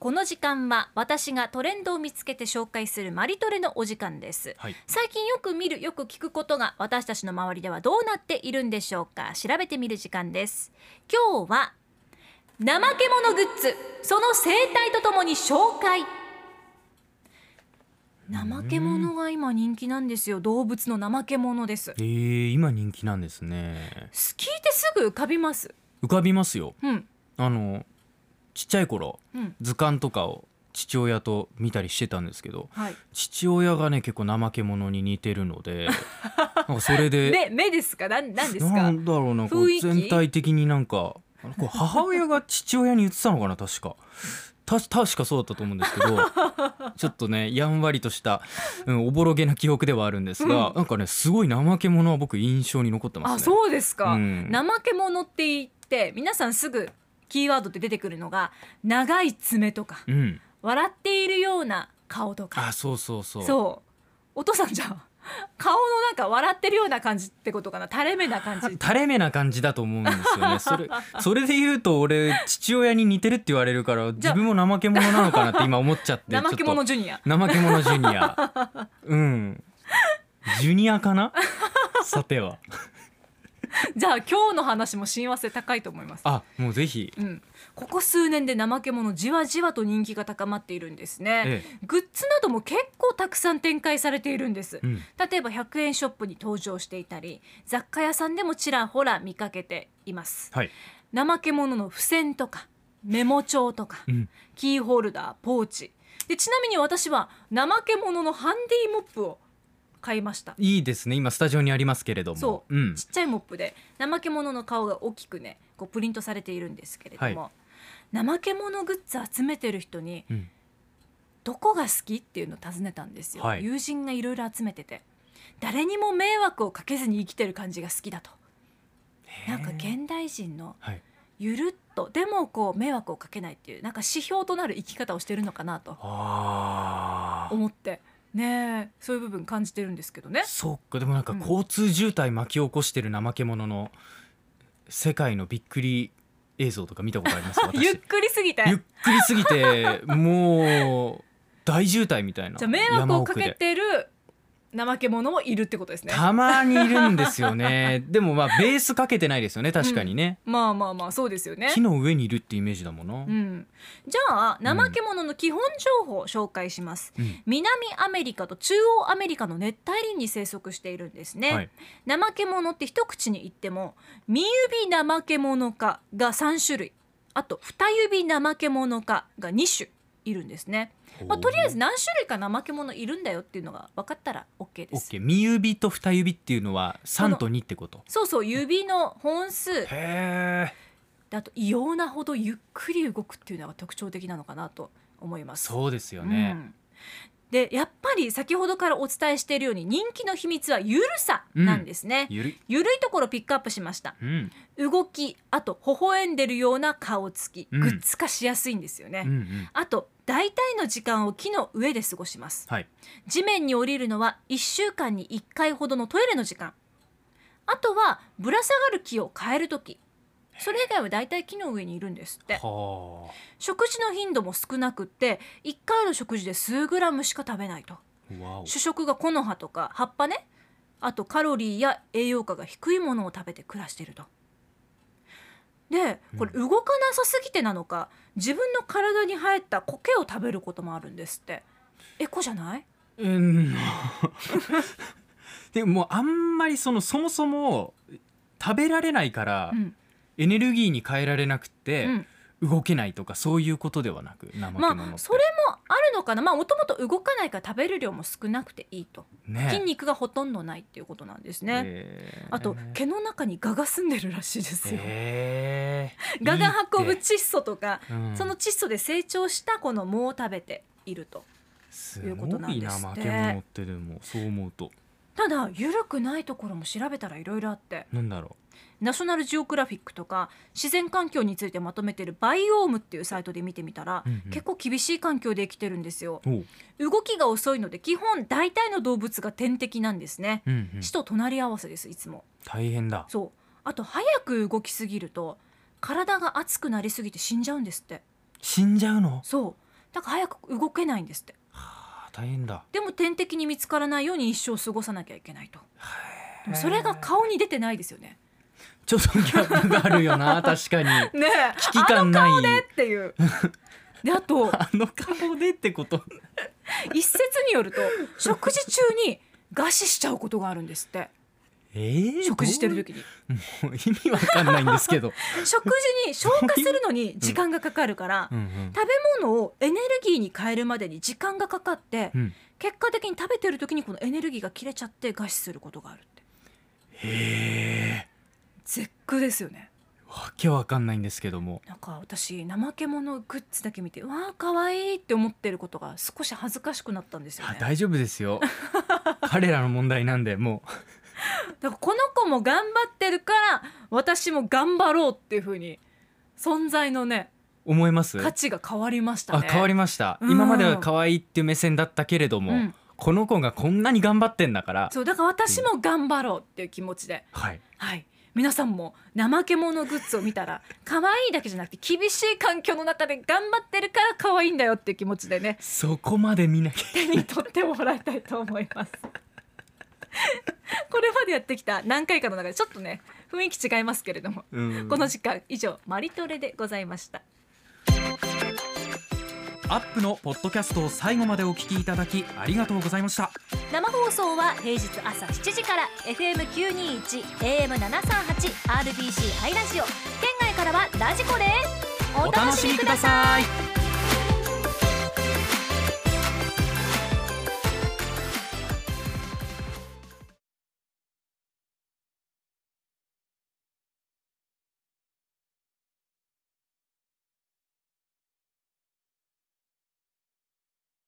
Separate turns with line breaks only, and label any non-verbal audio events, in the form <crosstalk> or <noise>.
この時間は私がトレンドを見つけて紹介するマリトレのお時間です、
はい
最近よく見るよく聞くことが私たちの周りではどうなっているんでしょうか調べてみる時間です今日は怠け者グッズその生態とともに紹介怠け者が今人気なんですよ動物の怠け者です
えー、今人気なんですね
す聞いてすぐ浮かびます
浮かびますよ
うん
あのちっちゃい頃
うん
図鑑とかを父親と見たりしてたんですけど
はい
父親がね結構怠け者に似てる
<laughs>
のでなんかそれで
目目 <laughs> ですかなんなんです
な
か
んだろうなこ
雰
う
囲気
全体的になんかあのこう母親が父親に言ってたのかな確か。た確かそうだったと思うんですけ
<laughs>
どちょっとねやんわりとした、うん、おぼろげな記憶ではあるんですが、なんかねすごい怠け者は僕印象に残ってますね。
あそうですか、
うん
怠け者って言って皆さんすぐキーワードって出てくるのが長い爪とか
うん、
笑っているような顔とか
あそうそうそう
そうお父さんじゃん顔のなんか笑ってるような感じってことかな垂れ目な感じ
<laughs> 垂れ目な感じだと思うんですよねそ
<laughs>
れそれで言うと俺父親に似てるって言われるから
じゃ
自
あ
分も怠け者なのかなって今思っ
<laughs>
ちゃって
怠け者
ちょっ
ジュニア
と怠け者ジュニア
<laughs>
うんジュニアかなさては
じゃあ今日の話も親和性高いと思います
あもうぜひ
うん、ここ数年で怠け者じわじわと人気が高まっているんですね、
え
グッズなども結構たくさん展開されているんです、
うん
例えば100円ショップに登場していたり雑貨屋さんでもちらほら見かけています
はい、
怠け者の付箋とかメモ帳とか、
うん、
キーホルダーポーチでちなみに私は怠け者のハンディモップを買いました
いいですね今スタジオにありますけれども
そう、
ん
ちっちゃいモップで怠け者の顔が大きくねこうプリントされているんですけれども、怠け者グッズ集めてる人に
うん、
どこが好きっていうのを尋ねたんですよ、
はい
友人がいろいろ集めてて誰にも迷惑をかけずに生きてる感じが好きだとなんか
へー
現代人の
はい
ゆるっとでもこう迷惑をかけないっていうなんか指標となる生き方をしてるのかなと
あー
思ってねえそういう部分感じてるんですけどね
そっかでもなんか
うん
交通渋滞巻き起こしてる怠け者の世界のびっくり映像とか見たことあります
<laughs>
私
ゆっくりすぎて
ゆっくりすぎてもう大渋滞みたいな
じゃあ迷惑
山
を
奥
かけ
で
てる怠け者もいるってことですね
たまにいるんですよねでもまあベースかけてないですよね確かにね、
まあまあまあそうですよね
木の上にいるってイメージだもんな、
うん、じゃあ怠け者の基本情報を紹介します、
うん
南アメリカと中央アメリカの熱帯林に生息しているんですね、
はい
怠け者って一口に言っても身指怠け者かが3種類あと二指怠け者かが2種いるんですね、まあ、とりあえず何種類か怠け者いるんだよっていうのが分かったら OK で
オ
す
ッケー身指と二指っていうのは3と2ってこと
そうそう指の本数
へえ
であと異様なほどゆっくり動くっていうのが特徴的なのかなと思います
そうですよ
う
ね、
んでやっぱり先ほどからお伝えしているように人気の秘密はゆるさなんですね、
ゆるい
ゆるいところをピックアップしました
うん
動きあと微笑んでるような顔つき、
うん
グッズ化しやすいんですよね、
うんうん
あと大体の時間を木の上で過ごします
はい
地面に降りるのは1週間に1回ほどのトイレの時間あとはぶら下がる木を変える時それ以外は大体木の上にいるんですって
は
食事の頻度も少なくって1回の食事で数グラムしか食べないと
あわお
主食が木の葉とか葉っぱねあとカロリーや栄養価が低いものを食べて暮らしていると。でこれ動かなさすぎてなのか自分の体に生えた苔を食べることもあるんですってエコじゃない
うんでももうあんまりそのそもそも食べられないから
うん
エネルギーに変えられなくて
うん
動けないとかそういうことではなく怠け者って
まあそれもあるのかなまあもともと動かないから食べる量も少なくていいと
ね
筋肉がほとんどないっていうことなんですね、
えー
あと毛の中に蛾が住んでるらしいですよ、
え
<laughs>
ー
蛾が運
い
ぶ
いって
窒素とか
うん
その窒素で成長したこの藻を食べていると
す
いうことな
ご
ん
い
です
な
って
負け者ってでもそう思うと
ただ緩くないところも調べたらいろいろあって
なんだろ
ナショナルジオグラフィックとか自然環境についてまとめてるバイオームっていうサイトで見てみたら、
うんうん
結構厳しい環境で生きてるんですよ
うおう、
動きが遅いので基本大体の動物が天敵なんですね
うんうん、
死と隣り合わせですいつも
大変だ
そうあと早く動きすぎると体が熱くなりすぎて死んじゃうんですって
死んじゃうの
そうだから早く動けないんですって
はあ大変だ
でも天敵に見つからないように一生過ごさなきゃいけないとでもそれが
へえ
顔に出てないですよね
ちょっとギャップがあるよな確かに
ねえ
危機感ない
あの顔でっていう <laughs> であと
あの顔でってこと
一説によると食事中に餓死しちゃうことがあるんですって
ええ
食事してる時に
もう意味わかんないんで
<laughs>
すけど、
食事に消化するのに時間がかかるから、
うんうん
食べ物をエネルギーに変えるまでに時間がかかって、
うん
結果的に食べてる時にこのエネルギーが切れちゃって餓死することがあるって
へえ
絶句ですよね
わけわかんないんですけども
なんか私怠け者グッズだけ見てうわあ可愛いって思ってることが少し恥ずかしくなったんですよ
あ
ねだ
大丈夫で
<laughs>
すよ彼らの問題なんでも
からこの子も頑張ってるから私も頑張ろうっていう風に存在のね
う思えます
価値が変わりました
あ
ね
変わりました、
うん
今までは可愛いっていう目線だったけれども、
うん
この子がこんなに頑張ってんだから
そうだから私も頑張ろうっていう気持ちで
はい
はい、皆さんも怠け者グッズを見たら可愛いだけじゃなくて厳しい環境の中で頑張ってるから可愛いんだよっていう気持ちでね
そこまで見なきゃ
手に取ってもらいたいと思い
<laughs>
ます。これまでやってきた何回かの中でちょっとね雰囲気違いますけれども、
うん
<laughs> この時間以上マリトレでございました。
アップのポッドキャストを最後までお聞きいただきありがとうございました
生放送は平日朝7時から FM921 AM738 RBC ハイラジオ県外からはラジコですお楽しみください
さい